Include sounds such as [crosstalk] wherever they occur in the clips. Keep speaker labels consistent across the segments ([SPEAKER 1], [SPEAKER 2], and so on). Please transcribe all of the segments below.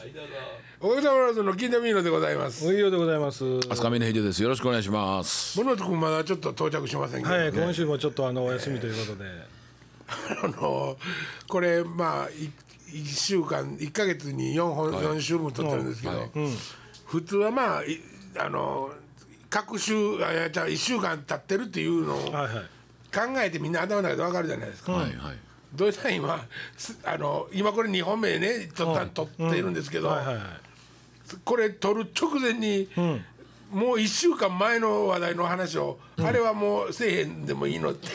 [SPEAKER 1] 間が
[SPEAKER 2] 大田村さんの金田美濃でございます
[SPEAKER 3] おいようでございます。は
[SPEAKER 4] 飛鳥峰秀です。よろしくお願いします。
[SPEAKER 2] 物く君まだちょっと到着しませんけど、
[SPEAKER 3] い、今週もちょっとあのお休みということで。
[SPEAKER 2] あのこれまあい一週間一ヶ月に四本四、週分撮ってるんですけど、普通はまあいあの各週あいやじゃあ一週間経ってるっていうのを
[SPEAKER 3] はい
[SPEAKER 2] 考
[SPEAKER 3] はい。
[SPEAKER 2] えてみんな頭の中でわかるじゃないですか。
[SPEAKER 4] はいはい。
[SPEAKER 2] どうしたら今すあの今これ二本目ね撮った、撮ってるんですけど、
[SPEAKER 3] はいはいはい。
[SPEAKER 2] これ撮る直前に、もう1週間前の話題の話を、あれはもうせえへんでもいいのって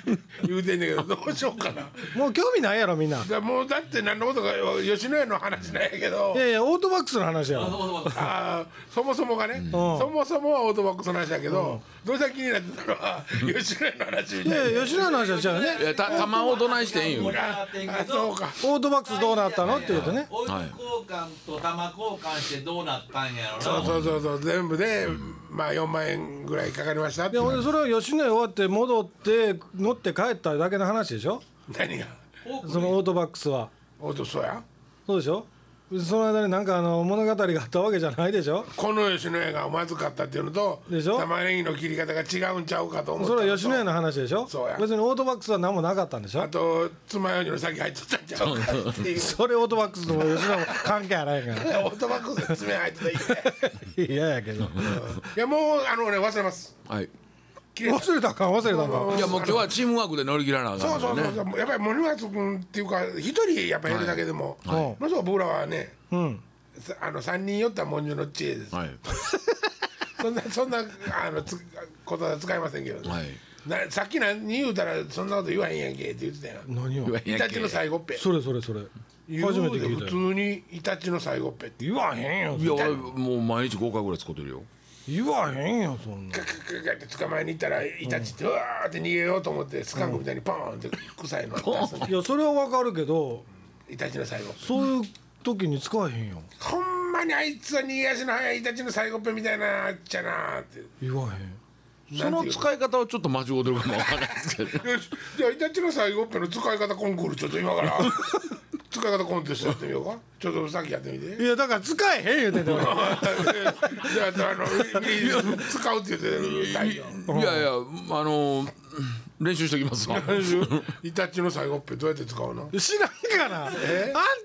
[SPEAKER 2] [laughs] 言うてんねんけどどうしようかな
[SPEAKER 3] もう興味ないやろみんな。
[SPEAKER 2] だもうだって何のことか吉野家の話なんやけど
[SPEAKER 3] いやいやオートバックスの話や
[SPEAKER 1] あ
[SPEAKER 3] ろ。
[SPEAKER 1] そうそうそう
[SPEAKER 2] あーそもそもがね、そもそもはオートバックスの話やけど、どうしたら気になってたのは吉野家の話み
[SPEAKER 3] い
[SPEAKER 2] たいな
[SPEAKER 3] やいや吉野家の話はじゃあね。
[SPEAKER 4] いやた玉をどないしてんよ。
[SPEAKER 2] ああそうか
[SPEAKER 3] オートバックスどうなったのっていうとね。
[SPEAKER 1] オイル
[SPEAKER 4] はい
[SPEAKER 1] 交換と玉交換してどうなったんやろな
[SPEAKER 2] そうそうそうそう全部で、まあ4万円ぐらいかかりましたって
[SPEAKER 3] で俺それは吉野家終わって戻って乗って帰っただけの話でしょ。
[SPEAKER 2] 何が
[SPEAKER 1] フォーク
[SPEAKER 3] そのオートバックスは
[SPEAKER 2] オートそうや
[SPEAKER 3] そうでしょ。その間になんかあの物語があったわけじゃないでしょ。
[SPEAKER 2] この吉野家がまずかったっていうのと
[SPEAKER 3] でしょ
[SPEAKER 2] 玉ねぎの切り方が違うんちゃうかと思った
[SPEAKER 3] そ
[SPEAKER 2] のと
[SPEAKER 3] れは吉野家の話でしょ
[SPEAKER 2] そうや。
[SPEAKER 3] 別にオートバックスは何もなかったんでしょ
[SPEAKER 2] あ。と爪楊枝の先入っとったんちゃうかっていう
[SPEAKER 3] それオートバックスとも吉野家も関係ないから。
[SPEAKER 2] オートバックで爪入ってたらいいね
[SPEAKER 3] [laughs] 嫌やけど
[SPEAKER 2] いやもうあの俺忘れます
[SPEAKER 4] はい。
[SPEAKER 2] 切れた
[SPEAKER 3] 忘れたか忘れたか
[SPEAKER 4] いやもう今日はチームワークで乗り切らなあ
[SPEAKER 2] そ
[SPEAKER 4] か
[SPEAKER 2] うそ
[SPEAKER 4] ん
[SPEAKER 2] う
[SPEAKER 4] ね
[SPEAKER 2] そう。そうやっぱり森松君っていうか一人やっぱ減るだけでも、
[SPEAKER 3] はいはい
[SPEAKER 2] ものすごく僕らはね
[SPEAKER 3] うん
[SPEAKER 2] さあの三人寄った文殊の知恵です、
[SPEAKER 4] はい
[SPEAKER 2] そんなそんなあのつことは使いませんけど、
[SPEAKER 4] はい。
[SPEAKER 2] なさっき何言うたらそんなこと言わへんやんけって言ってたやん
[SPEAKER 3] 何を
[SPEAKER 2] イタチの最後っぺ
[SPEAKER 3] それそれそれ
[SPEAKER 2] 言う
[SPEAKER 3] 初
[SPEAKER 2] で
[SPEAKER 3] めて聞い
[SPEAKER 2] 普
[SPEAKER 3] た
[SPEAKER 2] 通
[SPEAKER 3] よ
[SPEAKER 2] にイタチの最後っぺって
[SPEAKER 3] 言わへんよ
[SPEAKER 4] いや俺もう毎日5回ぐらい使ってるよ。
[SPEAKER 3] 言わへんよそんな
[SPEAKER 2] カクカクって捕まえに行ったらイタチってうわーって逃げようと思ってスカンクみたいにパーンって臭いの出すの
[SPEAKER 3] いやそれはわかるけど
[SPEAKER 2] イタチの最後
[SPEAKER 3] そういう時に使えへんよ
[SPEAKER 2] ほんまにあいつは逃げ足の速いイタチの最後っぺみたいなあっちゃなーって
[SPEAKER 3] 言わへん
[SPEAKER 4] その使い方はちょっと間違うてるかもわからないですけど。
[SPEAKER 2] よしじゃあイタチの最後っぺの使い方コンクールちょっと今から
[SPEAKER 3] [laughs]
[SPEAKER 2] 使い方コンテストやってみようかちょっとさっきやってみ
[SPEAKER 3] [laughs]
[SPEAKER 2] て
[SPEAKER 3] いやだから使えへん言うてて
[SPEAKER 2] じゃああの使うって言ってたよ
[SPEAKER 4] いやいやあの [laughs] 練習してきますわ。
[SPEAKER 2] イタチの最後っぺどうやって使うの
[SPEAKER 3] [laughs] 知らんからあん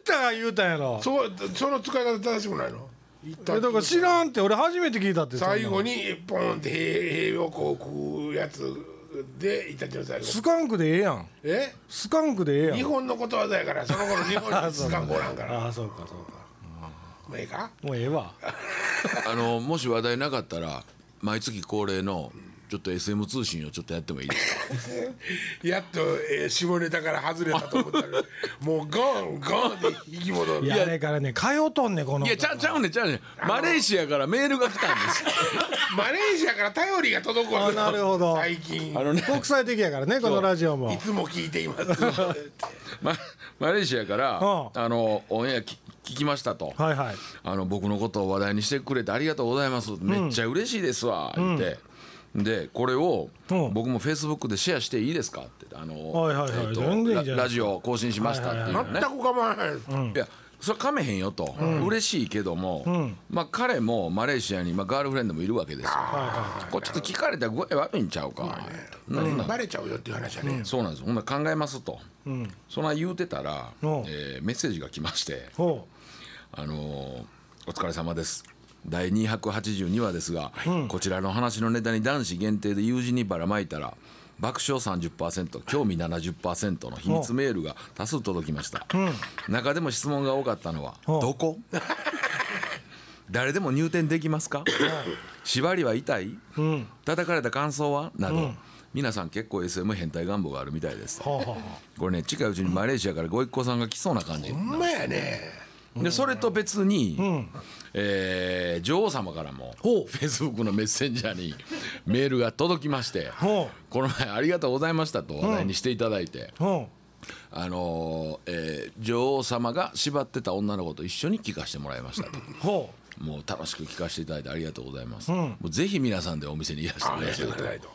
[SPEAKER 3] たが言うたんやろ
[SPEAKER 2] そうその使い方正しくないのイタ
[SPEAKER 3] え
[SPEAKER 2] チ
[SPEAKER 3] だから知らんって俺初めて聞いたってそんな
[SPEAKER 2] 最後にポンって塀塀をこう食うやつでイタチの最後
[SPEAKER 3] スカンクでええやん
[SPEAKER 2] え
[SPEAKER 3] スカンクでええ
[SPEAKER 2] 日
[SPEAKER 3] やん
[SPEAKER 2] 本のことわざやからその頃日本にスカンコおらんから
[SPEAKER 3] [laughs] ああそうかそうか
[SPEAKER 2] もうええか
[SPEAKER 3] もうええわ
[SPEAKER 4] あのもし話題なかったら毎月恒例のちょっと SM 通信をちょっとやってもいいですか。
[SPEAKER 2] やっと、えー下ネタから外れたと思った
[SPEAKER 3] [laughs]
[SPEAKER 2] らもうゴンゴンって引き戻
[SPEAKER 3] い
[SPEAKER 2] る
[SPEAKER 3] やあれからね通うとんねんこの
[SPEAKER 4] いやちゃうちゃうねんちゃうねんマレーシアからメールが来たんですよ。
[SPEAKER 2] マレーシアから頼りが届くわけ
[SPEAKER 3] あなるほど
[SPEAKER 2] 最近
[SPEAKER 4] あのね
[SPEAKER 3] 国際的やからねこのラジオも
[SPEAKER 2] いつも聞いていますは
[SPEAKER 4] ママレーシアから、
[SPEAKER 3] うん
[SPEAKER 4] あのオンエアき聞きましたと、
[SPEAKER 3] はいはい
[SPEAKER 4] あの僕のことを話題にしてくれてありがとうございます、めっちゃ嬉しいですわ言って、でこれを
[SPEAKER 3] うん
[SPEAKER 4] 僕もフェイスブックでシェアしていいですかってあの、
[SPEAKER 3] はいはいはい
[SPEAKER 4] えっと
[SPEAKER 3] 全然いいじゃ
[SPEAKER 4] ラ
[SPEAKER 3] ない
[SPEAKER 4] ラジオ更新しましたっていうのね、い
[SPEAKER 2] 全く構わないです、
[SPEAKER 4] やそれかめへんよと、嬉しいけども、まあ、彼もマレーシアに、まあ、ガールフレンドもいるわけですよこれちょっと聞かれたら具合悪いんちゃうか、
[SPEAKER 2] うんバレちゃうよっていう話やね、
[SPEAKER 4] そうなんですほんなら考えますと、そんな言うてたら、
[SPEAKER 3] うん
[SPEAKER 4] えーメッセージが来まして
[SPEAKER 3] ほ
[SPEAKER 4] 「あのーお疲れ様です」第282話ですが、こちらの話のネタに男子限定で友人にばらまいたら爆笑30%興味70%の秘密メールが多数届きました、中でも質問が多かったのは「
[SPEAKER 3] うん
[SPEAKER 4] どこ? 」誰でも入店できますか縛りは痛い、叩かれた感想はなど、皆さん結構 SM 変態願望があるみたいです
[SPEAKER 3] うほうほう
[SPEAKER 4] これね近いうちにマレーシアからご一行さんが来そうな感じ
[SPEAKER 2] ほんまやね
[SPEAKER 4] でそれと別に、えー女王様からもフェイスブックのメッセンジャ [laughs] ーにメールが届きまして
[SPEAKER 3] ほ
[SPEAKER 4] この前ありがとうございましたと話題にしていただいて、
[SPEAKER 3] うほ
[SPEAKER 4] あのーえー女王様が縛ってた女の子と一緒に聞かせてもらいましたと。
[SPEAKER 3] うほ
[SPEAKER 4] もう楽しく聞かせていただいてありがとうございます、もうぜひ皆さんでお店にいらしてください
[SPEAKER 2] 話してくれないと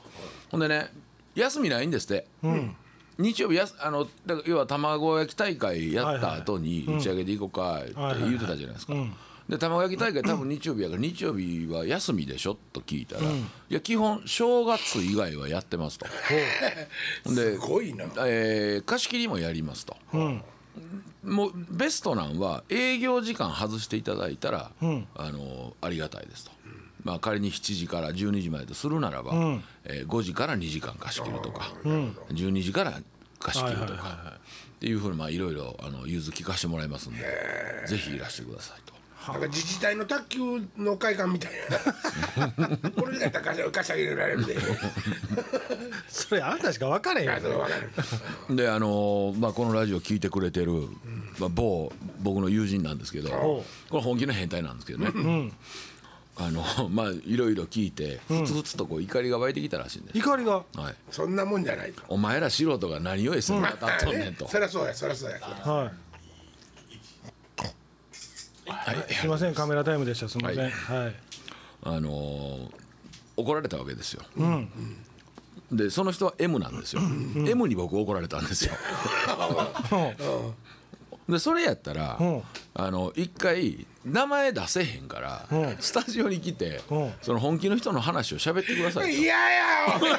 [SPEAKER 4] ほんでね休みないんですって、日曜日やすあのだから要は卵焼き大会やった後に打ち上げで行こうかって
[SPEAKER 3] はいはい
[SPEAKER 4] 言ってたじゃないですか。で卵焼き大会多分日曜日やから日曜日は休みでしょと聞いたら、いや基本正月以外はやってますと。 [laughs] です
[SPEAKER 2] ごいな
[SPEAKER 4] えー貸し切りもやりますと、もうベストなんは営業時間外していただいたら、あのありがたいですと、まあ、仮に7時から12時までとするならば、えー5時から2時間貸し切るとか、12時から貸し切るとか、っていうふうにまあいろいろあの融通聞かせてもらいますんでぜひいらしてくださいと。
[SPEAKER 2] なんか自治体の卓球の会館みたい
[SPEAKER 3] [laughs]
[SPEAKER 2] なこれだったら貸し貸し上げられるで
[SPEAKER 3] それあんたしか分かれへんよ
[SPEAKER 2] あそれ分かる
[SPEAKER 4] であのーまあ、このラジオ聞いてくれてる、まあ、某僕の友人なんですけどこれ本気の変態なんですけどね、あの [laughs] まあいろいろ聞いてふつふつとこう怒りが湧いてきたらしいんです、
[SPEAKER 3] 怒りが
[SPEAKER 4] はい、
[SPEAKER 2] そんなもんじゃないと
[SPEAKER 4] お前ら素人が何を S に当たっとんねん
[SPEAKER 2] [laughs]
[SPEAKER 4] と、
[SPEAKER 2] そりゃそうやそりゃそうや
[SPEAKER 3] はい
[SPEAKER 4] はい
[SPEAKER 3] すいませんカメラタイムでしたすいませんはい
[SPEAKER 4] あのー怒られたわけですよ、でその人は M なんですよ、M に僕怒られたんですよ [laughs] でそれやったら、
[SPEAKER 3] うん
[SPEAKER 4] あの一回名前出せへんから、
[SPEAKER 3] うん
[SPEAKER 4] スタジオに来て、
[SPEAKER 3] うん
[SPEAKER 4] その本気の人の話を喋ってくださいと
[SPEAKER 2] いややおい [laughs]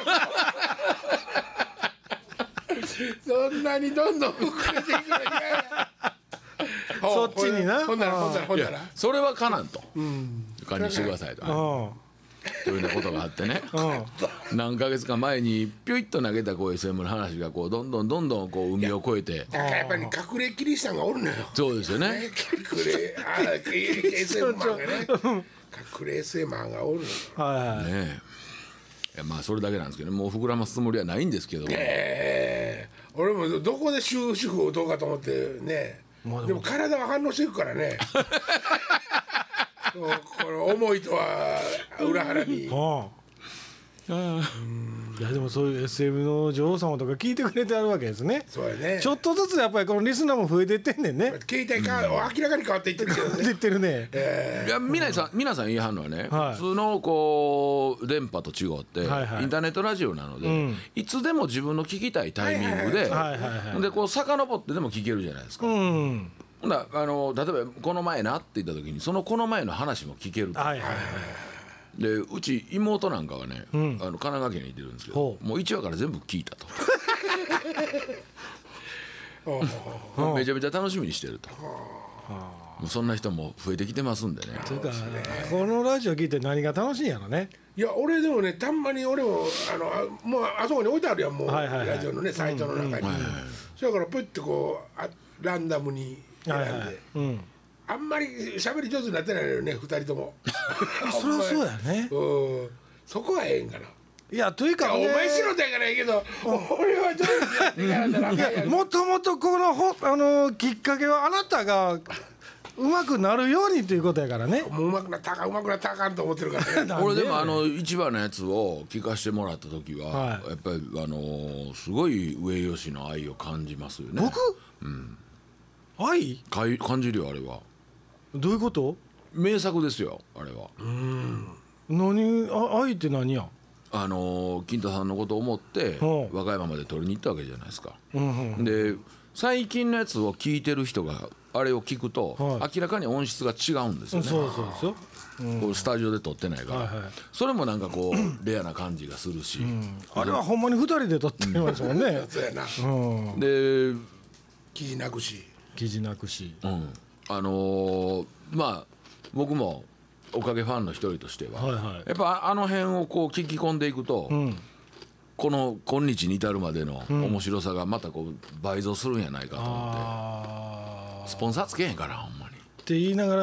[SPEAKER 2] そんなにどんどん膨れていくの嫌や
[SPEAKER 3] [laughs] そっちにな
[SPEAKER 2] ほんならほんならほん
[SPEAKER 4] い
[SPEAKER 2] な
[SPEAKER 4] や
[SPEAKER 2] ら
[SPEAKER 4] それはかなんと、感じしてくださいと、
[SPEAKER 3] うん
[SPEAKER 4] というようなことがあってね
[SPEAKER 3] うん
[SPEAKER 4] 何ヶ月か前にピョイッと投げたこう SM の話がこうどんどんどんどんこう海を越えて
[SPEAKER 2] だからやっぱり隠れキリシタンがおるのよ
[SPEAKER 4] そうですよね
[SPEAKER 2] 隠れあー SM マンが
[SPEAKER 3] [laughs]
[SPEAKER 2] ね隠れ SM マンがおるのよ
[SPEAKER 3] はいはい
[SPEAKER 4] ねえいやまあそれだけなんですけどもう膨らますつもりはないんですけども
[SPEAKER 2] えー俺もどこで終止符を打とうかと思ってねでも体は反応していくから
[SPEAKER 3] [laughs]
[SPEAKER 2] ねそうこの思いとは裏腹に
[SPEAKER 3] ああいやでもそういう SM の女王様とか聞いてくれてあるわけですね
[SPEAKER 2] そうやね
[SPEAKER 3] ちょっとずつやっぱりこのリスナーも増えてってんねんね
[SPEAKER 2] 携帯か、明らかに変わっていってるけど
[SPEAKER 3] って [laughs]
[SPEAKER 2] ね
[SPEAKER 3] 言ってるね
[SPEAKER 4] いや皆さん皆さん言いはんのはね、
[SPEAKER 3] はい
[SPEAKER 4] 普通のこう電波と違って、
[SPEAKER 3] はいはい
[SPEAKER 4] インターネットラジオなので、
[SPEAKER 3] ん
[SPEAKER 4] いつでも自分の聞きたいタイミングで、
[SPEAKER 3] はいはいはい
[SPEAKER 4] でこう遡ってでも聞けるじゃないですか、
[SPEAKER 3] うん
[SPEAKER 4] ほんならあの例えば「この前な」って言った時にその「この前」の話も聞ける
[SPEAKER 3] はいはいはい
[SPEAKER 4] でうち妹なんかはね、
[SPEAKER 3] ん
[SPEAKER 4] あの神奈川県にいてるんですけど
[SPEAKER 3] ほう
[SPEAKER 4] もう1話から全部聞い
[SPEAKER 3] [laughs]
[SPEAKER 4] たと
[SPEAKER 2] おう
[SPEAKER 4] [laughs] めちゃめちゃ楽しみにしてるともうそんな人も増えてきてますんでね
[SPEAKER 3] というかこのラジオ聞いて何が楽しいんやろね
[SPEAKER 2] いや俺でもねたんまに俺もあのあもうあそこに置いてあるやんもう、
[SPEAKER 3] はいはいはい
[SPEAKER 2] ラジオのねサイトの中に、そやからプッてこうあランダムに選ん
[SPEAKER 3] は
[SPEAKER 2] で、
[SPEAKER 3] いはいうん
[SPEAKER 2] あんまり喋り上手になってないのよね二人とも
[SPEAKER 3] [laughs] そり
[SPEAKER 2] [laughs]
[SPEAKER 3] ゃそうやね
[SPEAKER 2] うんそこはええんかない
[SPEAKER 3] やという
[SPEAKER 2] いや
[SPEAKER 3] か
[SPEAKER 2] お
[SPEAKER 3] ね
[SPEAKER 2] 前素人やからええけど俺は上手にやっていからだ
[SPEAKER 3] いやもともとこのほあのきっかけはあなたがうまくなるようにということやからね
[SPEAKER 2] もううまくなったかうまくなったらあかんと思ってるからね
[SPEAKER 4] 俺でもあの1話のやつを聞かしてもらった時は、
[SPEAKER 3] はい
[SPEAKER 4] やっぱりあのーすごい上吉の愛を感じますよね
[SPEAKER 3] 僕愛
[SPEAKER 4] かい感じるよあれは
[SPEAKER 3] どういうこと
[SPEAKER 4] 名作ですよあれは、
[SPEAKER 3] 何あ愛って何や
[SPEAKER 4] あのー金太さんのことを思って
[SPEAKER 3] ほう
[SPEAKER 4] 和歌山まで取りに行ったわけじゃないですか、
[SPEAKER 3] うんうん
[SPEAKER 4] で最近のやつを聞いてる人があれを聞くと、
[SPEAKER 3] は
[SPEAKER 4] 明らかに音質が違うんです
[SPEAKER 3] そ
[SPEAKER 4] よ
[SPEAKER 3] う
[SPEAKER 4] ね
[SPEAKER 3] そうですよ
[SPEAKER 4] こうスタジオで撮ってないから、
[SPEAKER 3] はいはい
[SPEAKER 4] それもなんか
[SPEAKER 3] [clears throat]
[SPEAKER 4] こうレアな感じがするし、
[SPEAKER 3] あれはほんまに二人で撮ってましたもんね
[SPEAKER 2] そうやな
[SPEAKER 3] うん
[SPEAKER 4] で、う
[SPEAKER 2] 気なくし
[SPEAKER 3] 記事なくし
[SPEAKER 4] ん、あのーまあ僕もおかげファンの一人としては、
[SPEAKER 3] はいはい
[SPEAKER 4] やっぱあの辺をこう聞き込んでいくと、
[SPEAKER 3] うん
[SPEAKER 4] この今日に至るまでの面白さがまたこう倍増するんやないかと思って、
[SPEAKER 3] あ
[SPEAKER 4] スポンサーつけへんからほんま
[SPEAKER 3] ーっ
[SPEAKER 4] に。
[SPEAKER 3] て言いなが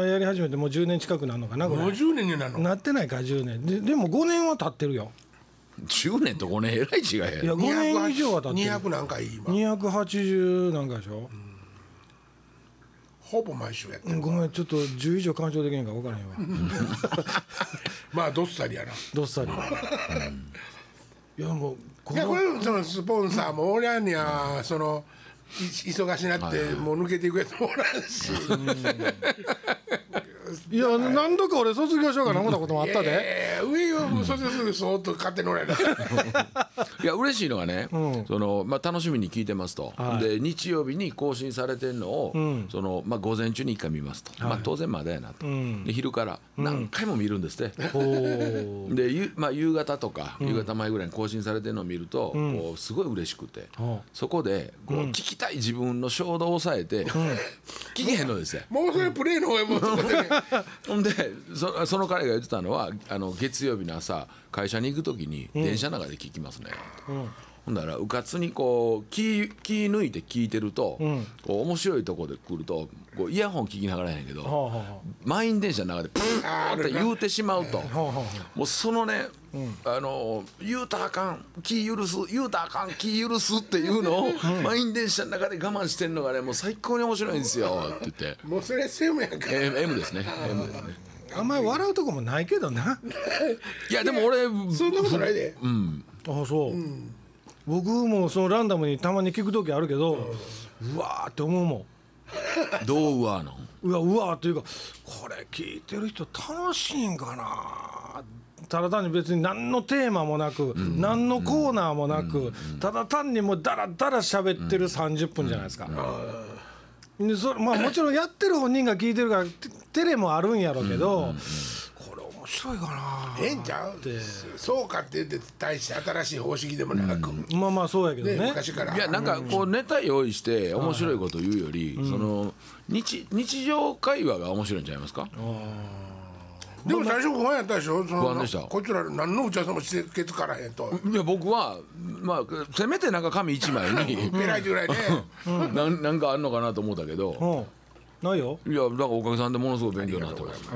[SPEAKER 3] らやり始めてもう10年近くなるのかなこれ
[SPEAKER 2] 50年になるの
[SPEAKER 3] なってないか10年ででも5年は経ってるよ
[SPEAKER 4] 10年と5年えらい違い
[SPEAKER 3] いや
[SPEAKER 4] や
[SPEAKER 3] 5年以上は経ってる
[SPEAKER 2] 200何回今
[SPEAKER 3] 280なんかでしょ
[SPEAKER 2] ほぼ毎週やって
[SPEAKER 3] う
[SPEAKER 2] る
[SPEAKER 3] んごめんちょっと10以上干渉できへんから分からへんわ
[SPEAKER 2] まあどっさりやな
[SPEAKER 3] どっさりいやもうこ
[SPEAKER 2] いやこ
[SPEAKER 3] の
[SPEAKER 2] れそのスポンサーもおらんやそのい忙しなってもう抜けていくやつもおらんし
[SPEAKER 3] いや何度か俺卒業しようかな思ったこともあったで
[SPEAKER 2] えー上がもうそれですぐそーっと買って乗れる
[SPEAKER 4] いや嬉しいのはね、
[SPEAKER 3] うん
[SPEAKER 4] そのまあ、楽しみに聞いてますと、
[SPEAKER 3] はい
[SPEAKER 4] で日曜日に更新されてるのを、
[SPEAKER 3] ん
[SPEAKER 4] そのまあ、午前中に1回見ますと、まあ、当然まだやなと、
[SPEAKER 3] ん
[SPEAKER 4] で昼から何回も見るんですって、 [laughs] でゆまあ、夕方とか夕方前ぐらいに更新されてるのを見ると、こうすごい嬉しくて、
[SPEAKER 3] はあ
[SPEAKER 4] そこでこう聞きたい自分の衝動を抑えて、 [laughs] 聞けへんのですよ。
[SPEAKER 2] もうそれプレイの方へもうちょっとね
[SPEAKER 4] ほんでそその彼が言ってたのはあの月曜日の朝会社に行く時に電車の中で聞きますね、ほんだらうかつにこう気気抜いて聞いてると、こう面白いとこで来るとこうイヤホン聞きながらやねんけど、
[SPEAKER 3] あはあは
[SPEAKER 4] 満員電車の中でプーって言うてしまうと、もうそのね、あの言うたらあかん気許す言うたらあかん気許すっていうのを満員電車の中で我慢してんのがねもう最高に面白いんですよって言って。
[SPEAKER 2] もうそれ SM やんか
[SPEAKER 4] M, M ですね M ですね
[SPEAKER 3] あんまり笑うとこもないけどな
[SPEAKER 4] いやでも俺
[SPEAKER 2] そんなことないで
[SPEAKER 3] あそう、僕もそのランダムにたまに聞く時あるけど、うわーって思うもん
[SPEAKER 4] どううわの
[SPEAKER 3] うわうわというかこれ聞いてる人楽しいんかなただ単に別に何のテーマもなく、何のコーナーもなく、ただ単にもうダラダラ喋ってる30分じゃないですか。でそれまあ、もちろんやってる本人が聞いてるからてテレもあるんやろうけど、これ面白いかな
[SPEAKER 2] ええんちゃうそうかって言って大して新しい方式でもなく、ね
[SPEAKER 3] まあまあそうやけどね
[SPEAKER 2] 昔から
[SPEAKER 4] いやなんかこうネタ用意して面白いこと言うよりその日日常会話が面白いんちゃいますか
[SPEAKER 2] でも最初不安やったでしょその
[SPEAKER 4] 不安でした
[SPEAKER 2] こいつら何の打ち合わせもしてけつからへんと
[SPEAKER 4] いや僕はまあせめてなんか紙一枚 [laughs] に
[SPEAKER 2] えらいぐらいね
[SPEAKER 4] なんなんかあんのかなと思ったけど
[SPEAKER 3] うんないよ
[SPEAKER 4] いやだからおかげさんでものすごい勉強になってます
[SPEAKER 3] こ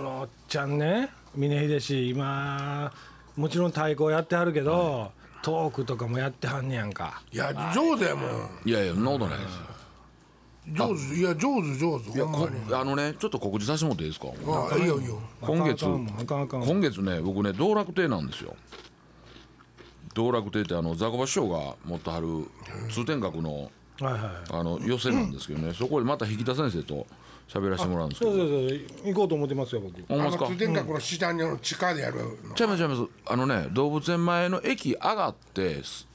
[SPEAKER 3] のおっちゃんね峰秀氏今もちろん太鼓やってはるけど、トークとかもやってはんねやんか
[SPEAKER 2] いや上手やもん
[SPEAKER 4] いやいやそんなことないですよ
[SPEAKER 2] 上手いや上手上手ほんま
[SPEAKER 4] こ
[SPEAKER 2] に
[SPEAKER 4] あのねちょっと告知させてもらっていいですか
[SPEAKER 2] あいいよいいよ
[SPEAKER 4] 今月
[SPEAKER 3] あかんあかんあかんあかん
[SPEAKER 4] 今月ね僕ね道楽亭なんですよ道楽亭ってあのザコバ師匠が持ってはる通天閣の
[SPEAKER 3] はいはい
[SPEAKER 4] あの寄せなんですけどねそこでまた引田先生と喋らせてもらうんですけ
[SPEAKER 3] そ
[SPEAKER 4] ど
[SPEAKER 3] うそうそう行こうと思ってますよ僕
[SPEAKER 4] 思い
[SPEAKER 2] あ
[SPEAKER 4] ます
[SPEAKER 2] の
[SPEAKER 4] か
[SPEAKER 2] 通天閣の下にあの地下でやるの
[SPEAKER 4] ちゃいますちゃいますあのね動物園前の駅上がってす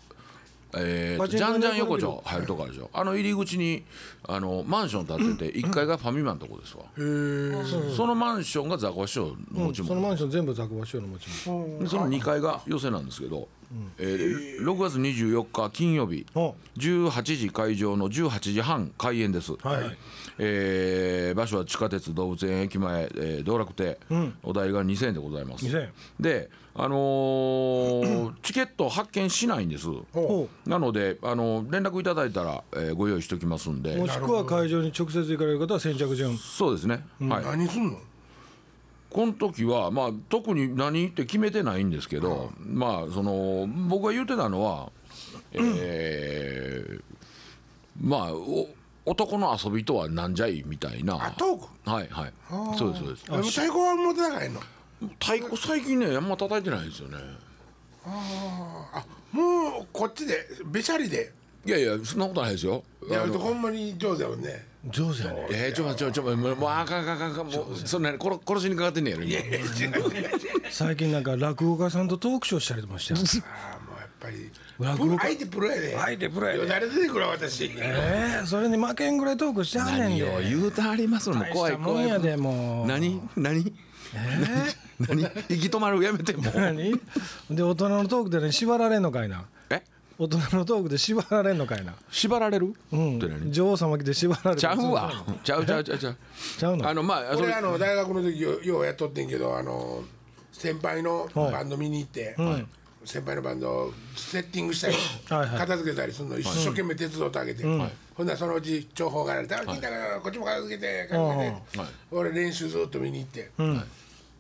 [SPEAKER 4] えー
[SPEAKER 3] パ
[SPEAKER 4] と
[SPEAKER 3] チン
[SPEAKER 4] ジ
[SPEAKER 3] コ
[SPEAKER 4] ャンジャン
[SPEAKER 3] 横の
[SPEAKER 4] 横
[SPEAKER 3] ビル
[SPEAKER 4] 丁入るとこあるでしょあの入り口にあのマンション建てて1階がファミマのとこですわそそのマンションがザコシショウの持ち
[SPEAKER 3] その
[SPEAKER 4] 物
[SPEAKER 3] マンション全部ザクバ師匠の持ち物
[SPEAKER 4] でその2階が寄せなんですけどえー6月24日金曜日
[SPEAKER 3] お
[SPEAKER 4] 18時会場の18時半開演です、
[SPEAKER 3] はい
[SPEAKER 4] えー場所は地下鉄動物園駅前、えー道楽亭、お代が2000円でございます
[SPEAKER 3] 2000
[SPEAKER 4] であのーチケット発券しないんです
[SPEAKER 3] ほ
[SPEAKER 4] なので、あのー連絡いただいたら、えーご用意しておきますんで
[SPEAKER 3] もしくは会場に直接行かれる方は先着順
[SPEAKER 4] そうですね、はい
[SPEAKER 2] 何すんの
[SPEAKER 4] この時は、まあ、特に何って決めてないんですけど、まあその僕が言ってたのは、えーまあお男の遊びとはなんじゃいみたいな
[SPEAKER 2] あトーク
[SPEAKER 4] はいはいそうですそうです
[SPEAKER 2] でも太鼓は持ってなかへんの
[SPEAKER 4] 太鼓最近ねあんま叩いてないんですよね
[SPEAKER 2] もうこっちでべしゃりで
[SPEAKER 4] いやいやそんなことないですよ
[SPEAKER 2] やるとほんまに上手やもんね
[SPEAKER 3] 上手やね
[SPEAKER 4] えー、ちょまちょちょもうもうあかんあかんあかんあかんもうそんなに殺殺しにかかってんねやろ今
[SPEAKER 3] 最近なんか落語家さんとトークショーしたりもしてます
[SPEAKER 2] ああもうやっぱり
[SPEAKER 3] 落
[SPEAKER 2] プ
[SPEAKER 3] 語
[SPEAKER 2] ロ
[SPEAKER 3] 家
[SPEAKER 2] 相手プロや
[SPEAKER 4] [laughs]
[SPEAKER 2] で
[SPEAKER 3] 相手プロやで
[SPEAKER 2] よだれ出てくるわ私
[SPEAKER 3] ええそれに負けんぐらいトークしてはんねん
[SPEAKER 4] 何を
[SPEAKER 3] で
[SPEAKER 4] 言うたありますのもう怖
[SPEAKER 3] 大し
[SPEAKER 4] い
[SPEAKER 3] たも
[SPEAKER 4] 怖
[SPEAKER 3] ん
[SPEAKER 4] い
[SPEAKER 3] やでもう
[SPEAKER 4] 何何何 [laughs] 何息止まるやめても
[SPEAKER 3] [laughs]
[SPEAKER 4] う
[SPEAKER 3] 何で大人のトークでね縛られんのかいな
[SPEAKER 4] え
[SPEAKER 3] 大人のトークで縛られんのかいな、
[SPEAKER 4] 縛られる、
[SPEAKER 3] うん
[SPEAKER 4] って何
[SPEAKER 3] 女王様来て縛られる
[SPEAKER 4] ちゃうわちゃうちゃうちゃうちゃう
[SPEAKER 3] ちゃうの
[SPEAKER 4] あのまあそ
[SPEAKER 2] 俺
[SPEAKER 4] れ
[SPEAKER 2] あの大学の時よようやっとってんけどあの先輩のバンド見に行って、先輩のバンドをセッティングしたり
[SPEAKER 3] はいはい
[SPEAKER 2] 片付けたりするの一生懸命手伝ってあげて、ほんならそのうち情報がられて「あ聞いたからこっちも片付けて片付けて」俺練習ずっと見に行って、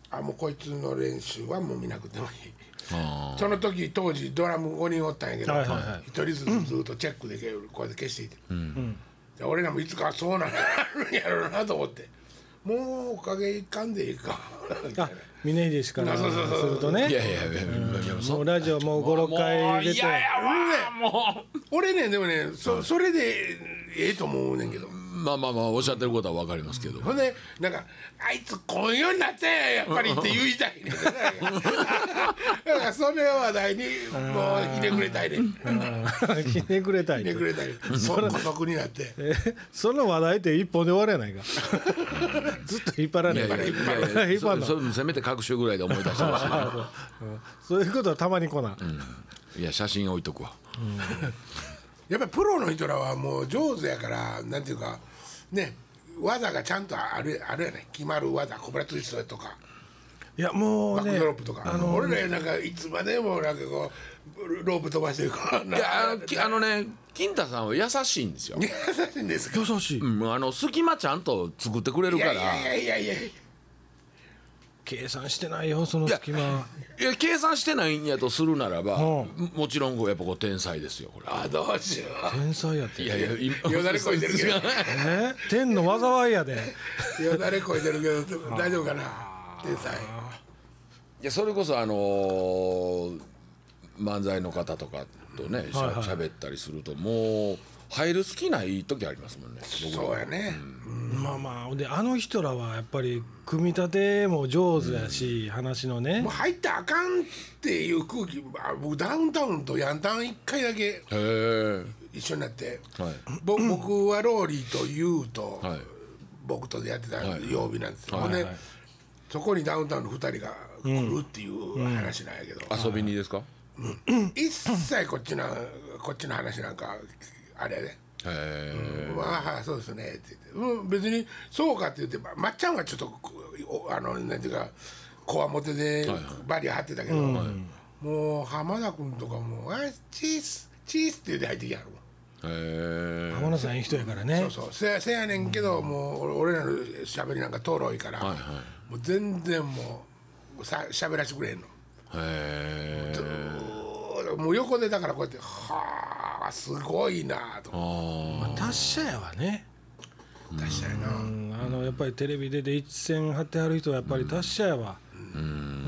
[SPEAKER 2] あもうこいつの練習はもう見なくてもいい。その時当時ドラム5人おったんやけど
[SPEAKER 3] はいはいはい
[SPEAKER 2] 一人ずつずっとチェックできるこうやって消していって、で俺らもいつかそうなんやるんやろうなと思ってもうおかげいかんでいいか
[SPEAKER 3] あ峰秀氏からす
[SPEAKER 2] そうそうそうそう
[SPEAKER 3] ると
[SPEAKER 4] いや
[SPEAKER 3] ね
[SPEAKER 4] いやいやいやいや
[SPEAKER 3] もうラジオもう
[SPEAKER 4] もう
[SPEAKER 3] 56回出て
[SPEAKER 4] 嫌やわもう
[SPEAKER 2] 俺ねでもねそそれでええと思うねんけど
[SPEAKER 4] まあまあまあおっしゃってることはわかりますけど
[SPEAKER 2] ほんでなんか「あいつこういうようになったんややっぱり」って言いたいねだからそれを話題にもうひねくれたいねひ
[SPEAKER 3] [laughs] ひねくれたい
[SPEAKER 2] ねくれたいそん孤独になって
[SPEAKER 3] えその話題って一本で終わるやないか [laughs] ずっと引っ張らない
[SPEAKER 4] いやいや
[SPEAKER 3] [laughs] 引っ
[SPEAKER 4] いやい
[SPEAKER 3] 張
[SPEAKER 4] やそ
[SPEAKER 3] んの
[SPEAKER 4] それせめて各種ぐらいで思い出してほし
[SPEAKER 3] うんそういうことはたまに来ない、
[SPEAKER 4] いいや写真置いとくわ
[SPEAKER 2] やっぱりプロの人らはもう上手やからなんていうかね技がちゃんとあるあるやね決まる技コブラツイストとか
[SPEAKER 3] いやも
[SPEAKER 2] バ
[SPEAKER 3] う
[SPEAKER 2] ック
[SPEAKER 3] ね
[SPEAKER 2] ドロップとか、俺らやなんかいつまでもなんかこうロープ飛ばしてるから
[SPEAKER 4] いやあのきあのね金太さんは優しいんですよ、
[SPEAKER 2] 優しいんですか
[SPEAKER 3] 優しい
[SPEAKER 4] うん、あの隙間ちゃんと作ってくれる
[SPEAKER 2] い
[SPEAKER 4] から
[SPEAKER 2] やいやいやいやいや
[SPEAKER 3] 計算してないよその隙間
[SPEAKER 4] いや計算してないんやとするならば、
[SPEAKER 3] う
[SPEAKER 4] もちろんこうやっぱこう天才ですよこれ
[SPEAKER 2] あどうしよ
[SPEAKER 3] 天才やって
[SPEAKER 4] いやいや今
[SPEAKER 2] うよだれこいてるけど
[SPEAKER 3] え天の災いやで
[SPEAKER 2] よだれこいてるけど大丈夫かな天才
[SPEAKER 4] いやそれこそあのー漫才の方とかとねしゃ,、
[SPEAKER 3] はいはい
[SPEAKER 4] 喋ったりするともう入る好きない時ありますもんね僕
[SPEAKER 2] そうやね、
[SPEAKER 3] まあまあほんであの人らはやっぱり組み立ても上手やし、話のね
[SPEAKER 2] もう入ったらあかんっていう空気あ僕ダウンタウンとヤンタン一回だけ
[SPEAKER 4] へ
[SPEAKER 2] 一緒になって、
[SPEAKER 4] えはい
[SPEAKER 2] ぼ僕はローリーとユウと、
[SPEAKER 4] はい
[SPEAKER 2] 僕とでやってた
[SPEAKER 4] はい
[SPEAKER 2] 曜日なんですよ、
[SPEAKER 4] はい
[SPEAKER 2] ほんで、
[SPEAKER 3] はい
[SPEAKER 2] そこにダウンタウンの2人が来るっていう話なんやけど、
[SPEAKER 4] 遊びにですか
[SPEAKER 2] 一切こっちの [coughs] こっちの話なんかあれやね
[SPEAKER 4] へえ
[SPEAKER 2] まあはいそうですね」って言ってうん「別にそうか」って言ってままっちゃんはちょっとこおあのなんていうかこわもてでバリア張ってたけど、もう浜田君とかも「あチースチース」って言って入ってきやるもん
[SPEAKER 4] へえ
[SPEAKER 3] 浜田さんいい人やからね
[SPEAKER 2] そうそうせやせやねんけど、もう俺らの喋りなんかとろいから、
[SPEAKER 4] い
[SPEAKER 2] もう全然もうさ喋らせてくれへんの。
[SPEAKER 4] へえ
[SPEAKER 2] もう横でだからこうやって「はあすごいな」とか
[SPEAKER 4] あー
[SPEAKER 3] 達者やわね
[SPEAKER 2] 出したいな、
[SPEAKER 3] うんあのやっぱりテレビ出て一線張ってはる人はやっぱり達者やわ、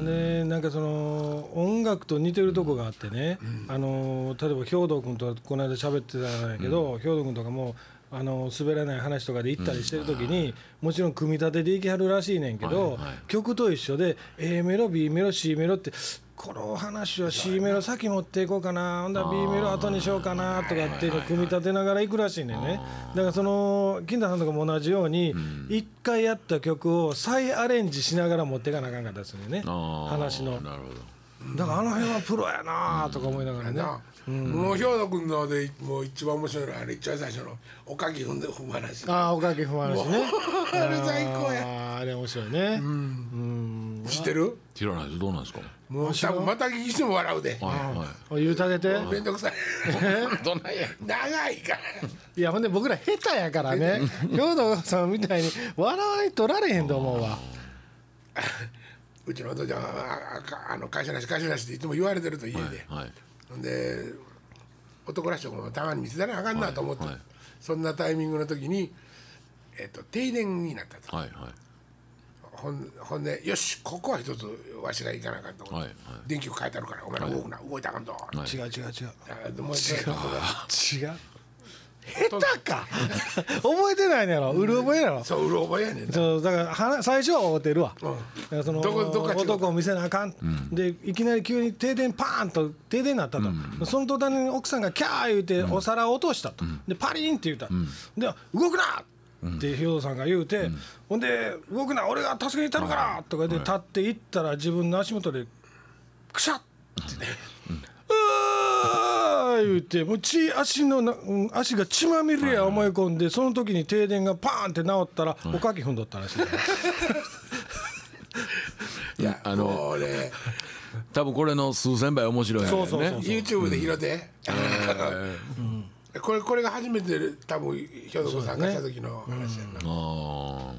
[SPEAKER 3] でなんかその音楽と似てるとこがあってね、あの例えば兵藤君とこの間喋ってたんやけど、兵藤君とかもあの滑らない話とかで行ったりしてる時に、もちろん組み立てでいきはるらしいねんけど、曲と一緒で A メロ B メロ C メロってこの話は C メロ先持っていこうかなほんだら B メロ後にしようかなとかっていうのを組み立てながらいくらしいねんねだからその金田さんとかも同じように一回やった曲を再アレンジしながら持っていかなあかんかったですよね
[SPEAKER 4] あー
[SPEAKER 3] 話の
[SPEAKER 4] なるほど
[SPEAKER 3] だからあの辺はプロやなあとか思いながらね
[SPEAKER 2] なもう兵藤君のでもう一番面白いのはあれ一番最初の「おかき踏んで踏む話」
[SPEAKER 3] ああおかげ不安しね
[SPEAKER 2] あれ最高や
[SPEAKER 3] あーあれ面白いね
[SPEAKER 2] 知ってる
[SPEAKER 4] 知らないですどうなんですか
[SPEAKER 2] もう多分また聞きしても笑うで
[SPEAKER 4] は
[SPEAKER 3] お言うたげて
[SPEAKER 2] 面倒くさい
[SPEAKER 4] いはいどんなんや
[SPEAKER 2] 長いから
[SPEAKER 3] いやほんで僕ら下手やからね兵藤さんみたいに笑い取られへんと思うわ
[SPEAKER 2] うちのお父ちゃんはああかあの会社なし会社なしっていつも言われてると家で、
[SPEAKER 4] はい
[SPEAKER 2] ほんで男らしいところもたまに見せたらあかんなと思って、
[SPEAKER 4] はいはい
[SPEAKER 2] そんなタイミングの時に、えっと停電になったと
[SPEAKER 4] はいはい
[SPEAKER 2] ほんほんでよしここは一つわしが行かなあかんと思って、
[SPEAKER 4] はいはい
[SPEAKER 2] 電球変えてあるからお前ら動くな、動いたらあかんと、
[SPEAKER 4] い
[SPEAKER 3] 違う違う違う
[SPEAKER 2] あでもう一回
[SPEAKER 3] 違う下手か覚えてないのやろうる覚えやろ
[SPEAKER 2] そううろ覚えやねんな
[SPEAKER 4] [laughs]
[SPEAKER 3] そうだからはな最初は怒ってるわ、
[SPEAKER 2] うん
[SPEAKER 3] だからその
[SPEAKER 2] どこどっか違う
[SPEAKER 3] 男を見せなあかん、でいきなり急に停電パーンと停電になったと、その途端に奥さんがキャー言うてお皿を落としたと、でパリンって言うた、で動くなって兵頭さんが言うて、ほんで動くな俺が助けに行ったのからとかで立っていったら自分の足元でくしゃっあー言うてもう血足のな、うん足が血まみれや思い込んでその時に停電がパーンって治ったらおかき踏んどったらしい、
[SPEAKER 4] いやあの
[SPEAKER 2] もうね
[SPEAKER 4] 多分これの数千倍面白いよね
[SPEAKER 3] そうそうそう
[SPEAKER 2] YouTube で拾って、 [laughs] これこれが初めて多分ひょどこさんがした時の話やな、
[SPEAKER 4] あ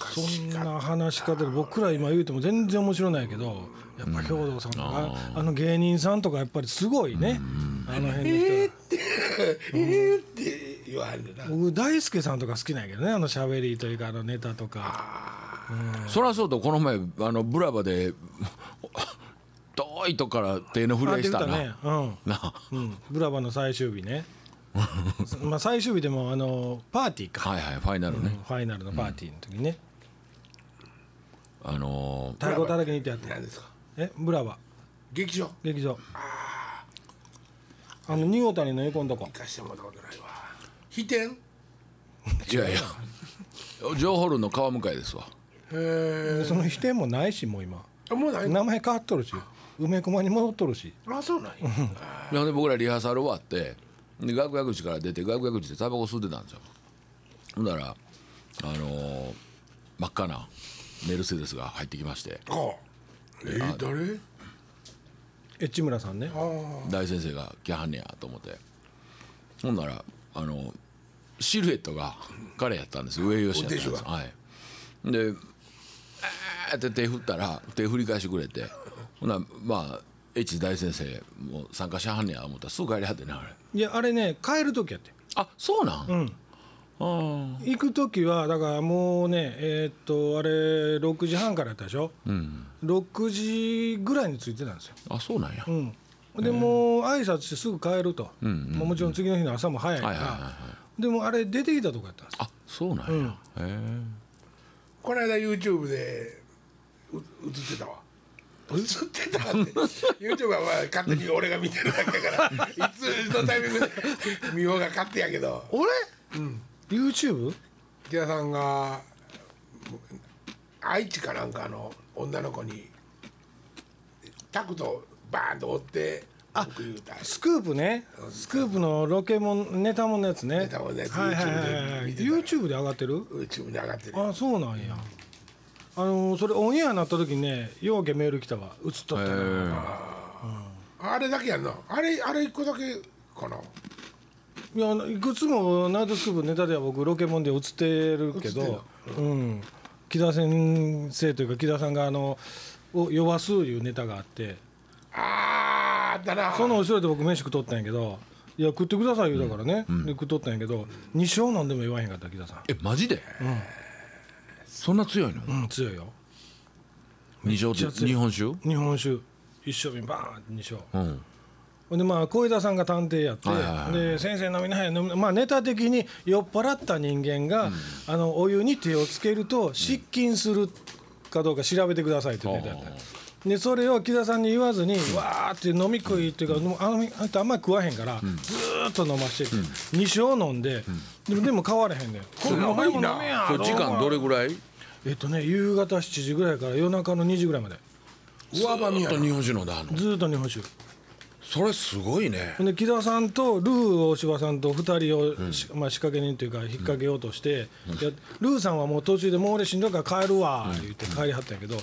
[SPEAKER 3] そんな話し方で僕ら今言うても全然面白ないけどやっぱ兵頭さんとか、あの芸人さんとかやっぱりすごいね、あの辺の人ら
[SPEAKER 2] えーって言わはるねんな
[SPEAKER 3] 僕大輔さんとか好きなんやけどねあの喋りというかあのネタとか
[SPEAKER 4] ーそりゃそうとこの前あのブラバで遠いとこから手の
[SPEAKER 3] あ
[SPEAKER 4] 震えした
[SPEAKER 3] あ
[SPEAKER 4] な、
[SPEAKER 3] ねうん
[SPEAKER 4] なあ
[SPEAKER 3] うん、ブラバの最終日ね [laughs] まあ最終日でもあのパーティーか、
[SPEAKER 4] はいはいファイナルね、
[SPEAKER 3] ファイナルのパーティーの時にね
[SPEAKER 4] あのー
[SPEAKER 3] 太鼓叩きに行ってやって
[SPEAKER 2] 何ですか
[SPEAKER 3] えブラバ
[SPEAKER 2] 劇場
[SPEAKER 3] 劇場あの二号谷の横のとこ
[SPEAKER 2] 行かしてもらったことないわ飛天
[SPEAKER 4] いやいや情報ルの川向かいですわ
[SPEAKER 2] へ
[SPEAKER 3] その否定もないしもう今
[SPEAKER 2] えもうない
[SPEAKER 3] 名前変わっとるし梅駒に戻っとるし
[SPEAKER 2] あそうなんや
[SPEAKER 4] ほんで僕らリハーサル終わってで楽屋口から出て楽屋口でタバコ吸ってたんですよほんだらあのー真っ赤なメルセデスが入ってきまして
[SPEAKER 2] あえー、誰
[SPEAKER 3] エッチ村さんね
[SPEAKER 4] 大先生が来はんねやと思ってほんならあのシルエットが彼やったんです上吉やったんです
[SPEAKER 2] でしょ
[SPEAKER 4] はいで「あーって手振ったら手振り返してくれてほんならまあ H 大先生も参加しはんねや思ったらすぐ帰りはってねあれ
[SPEAKER 3] いやあれね帰る時やって
[SPEAKER 4] あそうなん、うん、あ
[SPEAKER 3] 行く時はだからもうねえーっとあれ6時半からやったでしょ、6時ぐらいに着いてたんですよ、
[SPEAKER 4] ーあそうなんや、
[SPEAKER 3] うんでもう挨拶してすぐ帰ると、まあもちろん次の日の朝も早いから、
[SPEAKER 4] はいはいはいは
[SPEAKER 3] でもあれ出てきたとこやったんです
[SPEAKER 4] あそうなんや、へ
[SPEAKER 2] この間 YouTube でう映ってたわ映ってたって YouTube はまあ勝手に俺が見てるだけやから [laughs] いつのタイミングで見ようが勝手やけど
[SPEAKER 3] 俺、YouTube?
[SPEAKER 2] 池田さんが愛知かなんかの女の子にタクトバーンと追って僕言うた
[SPEAKER 3] スクープねスクープのロケもんネタもんのやつね
[SPEAKER 2] ネタもんのやつ
[SPEAKER 3] はいはいはいはい
[SPEAKER 2] YouTube で見てた
[SPEAKER 3] YouTube で上がってる
[SPEAKER 2] YouTube に上がってる
[SPEAKER 3] あそうなんや、あのそれオンエアになった時にねようけメール来たわ映っとった
[SPEAKER 4] え
[SPEAKER 3] な
[SPEAKER 2] あれだけやんなあれあれ一個だけかない
[SPEAKER 3] やあのいくつもナイトスクープネタでは僕ロケモンで映ってるけどうん、木田先生というか木田さんがあの「を呼ばす」いうネタがあって
[SPEAKER 2] あーあったな
[SPEAKER 3] その後ろで僕飯食っとったんやけど「いや食ってください」言うだからね、で食っとったんやけど2升飲んでも言わへんかった木田さん
[SPEAKER 4] えマジで、そんな強いの、
[SPEAKER 3] うん強いよ
[SPEAKER 4] 二条って
[SPEAKER 3] めっちゃ強い
[SPEAKER 4] 日本酒
[SPEAKER 3] 日本酒一升瓶バーンって2升
[SPEAKER 4] うん
[SPEAKER 3] ほんでまあ小枝さんが探偵やって、
[SPEAKER 4] はいはいはい
[SPEAKER 3] で先生飲みなはい飲みなまあネタ的に酔っ払った人間が、あのお湯に手をつけると失禁するかどうか調べてくださいってネタやった、でそれを木田さんに言わずにわーって飲み食いっていうか、もうあのあの人あんまり食わへんから、ずーっと飲ましてて、二升飲んで、でもでも変わらへんねんこれお前も飲めや
[SPEAKER 4] それ時間どれぐらい
[SPEAKER 3] えっとね夕方7時ぐらいから夜中の2時ぐらいまで
[SPEAKER 2] 上場
[SPEAKER 4] ず
[SPEAKER 2] や
[SPEAKER 4] っと日本酒飲んだの
[SPEAKER 3] ずーっと日本酒
[SPEAKER 4] それすごいね
[SPEAKER 3] ほんで木田さんとルー大柴さんと2人をし、まあ、仕掛け人というか引っ掛けようとして、いやルーさんはもう途中でもう俺しんどいから帰るわって言って帰りはったんやけど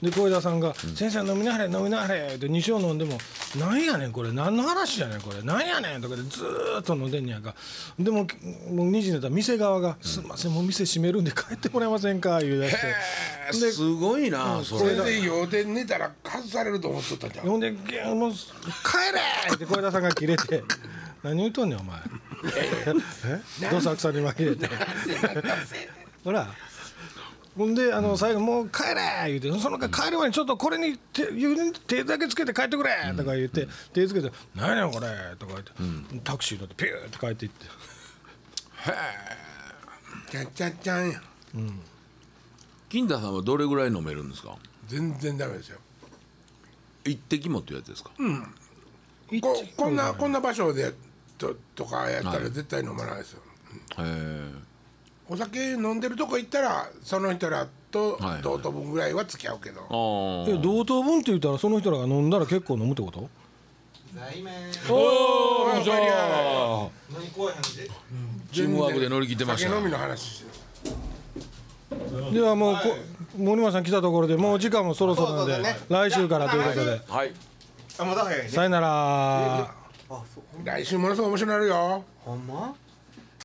[SPEAKER 3] で小枝さんが「先生飲みなはれ飲みなはれ」って2升飲んでも「なんやねんこれ何の話やねんこれなんやねん」とかでずーっと飲んでんねやんかでももう2時になったら店側が「すんませんもう店閉めるんで帰ってもらえませんか」言うだして。です
[SPEAKER 4] ごいなそ
[SPEAKER 2] そ
[SPEAKER 4] れ
[SPEAKER 2] れで予定寝たら外されると思っとったじゃん
[SPEAKER 3] ほんでゲーもう帰れ!」って小枝さんが切れて「何言うとんねんお前」 [laughs] えどさくさに紛れてほらほんであの最後「もう帰れ!」言うてその代わり帰る前にちょっとこれに手指手だけつけて帰ってくれ!」とか言って手つけて「何やねんこれ!」とか言ってタクシー乗ってピューって帰っていって
[SPEAKER 2] ちゃんちゃんちゃんや
[SPEAKER 4] 金田さんはどれぐらい飲めるんですか
[SPEAKER 2] 全然ダメですよ
[SPEAKER 4] 一滴もっていうやつですか、
[SPEAKER 2] ここんなこんな場所でととかやったら絶対飲まないですよ、
[SPEAKER 4] へえ
[SPEAKER 2] お酒飲んでるとこ行ったらその人らと
[SPEAKER 4] はいはい
[SPEAKER 2] 同等分ぐらいは付き合うけど、
[SPEAKER 4] ああ
[SPEAKER 3] いや同等分って言ったらその人らが飲んだら結構飲むってこと
[SPEAKER 5] ないめん
[SPEAKER 2] おーいや
[SPEAKER 5] 何怖い話で
[SPEAKER 4] チームワークで乗り切ってました
[SPEAKER 2] 酒飲み
[SPEAKER 4] ね
[SPEAKER 2] の話してる
[SPEAKER 3] ではもうこ森松さん来たところでもう時間もそろそろな
[SPEAKER 5] そう
[SPEAKER 3] んで
[SPEAKER 5] そうそう
[SPEAKER 3] 来週からということで
[SPEAKER 4] はい
[SPEAKER 5] あまだ早いね
[SPEAKER 3] さよなら。
[SPEAKER 5] あそう
[SPEAKER 2] 来週ものすごい面白いなるよ
[SPEAKER 5] ほんま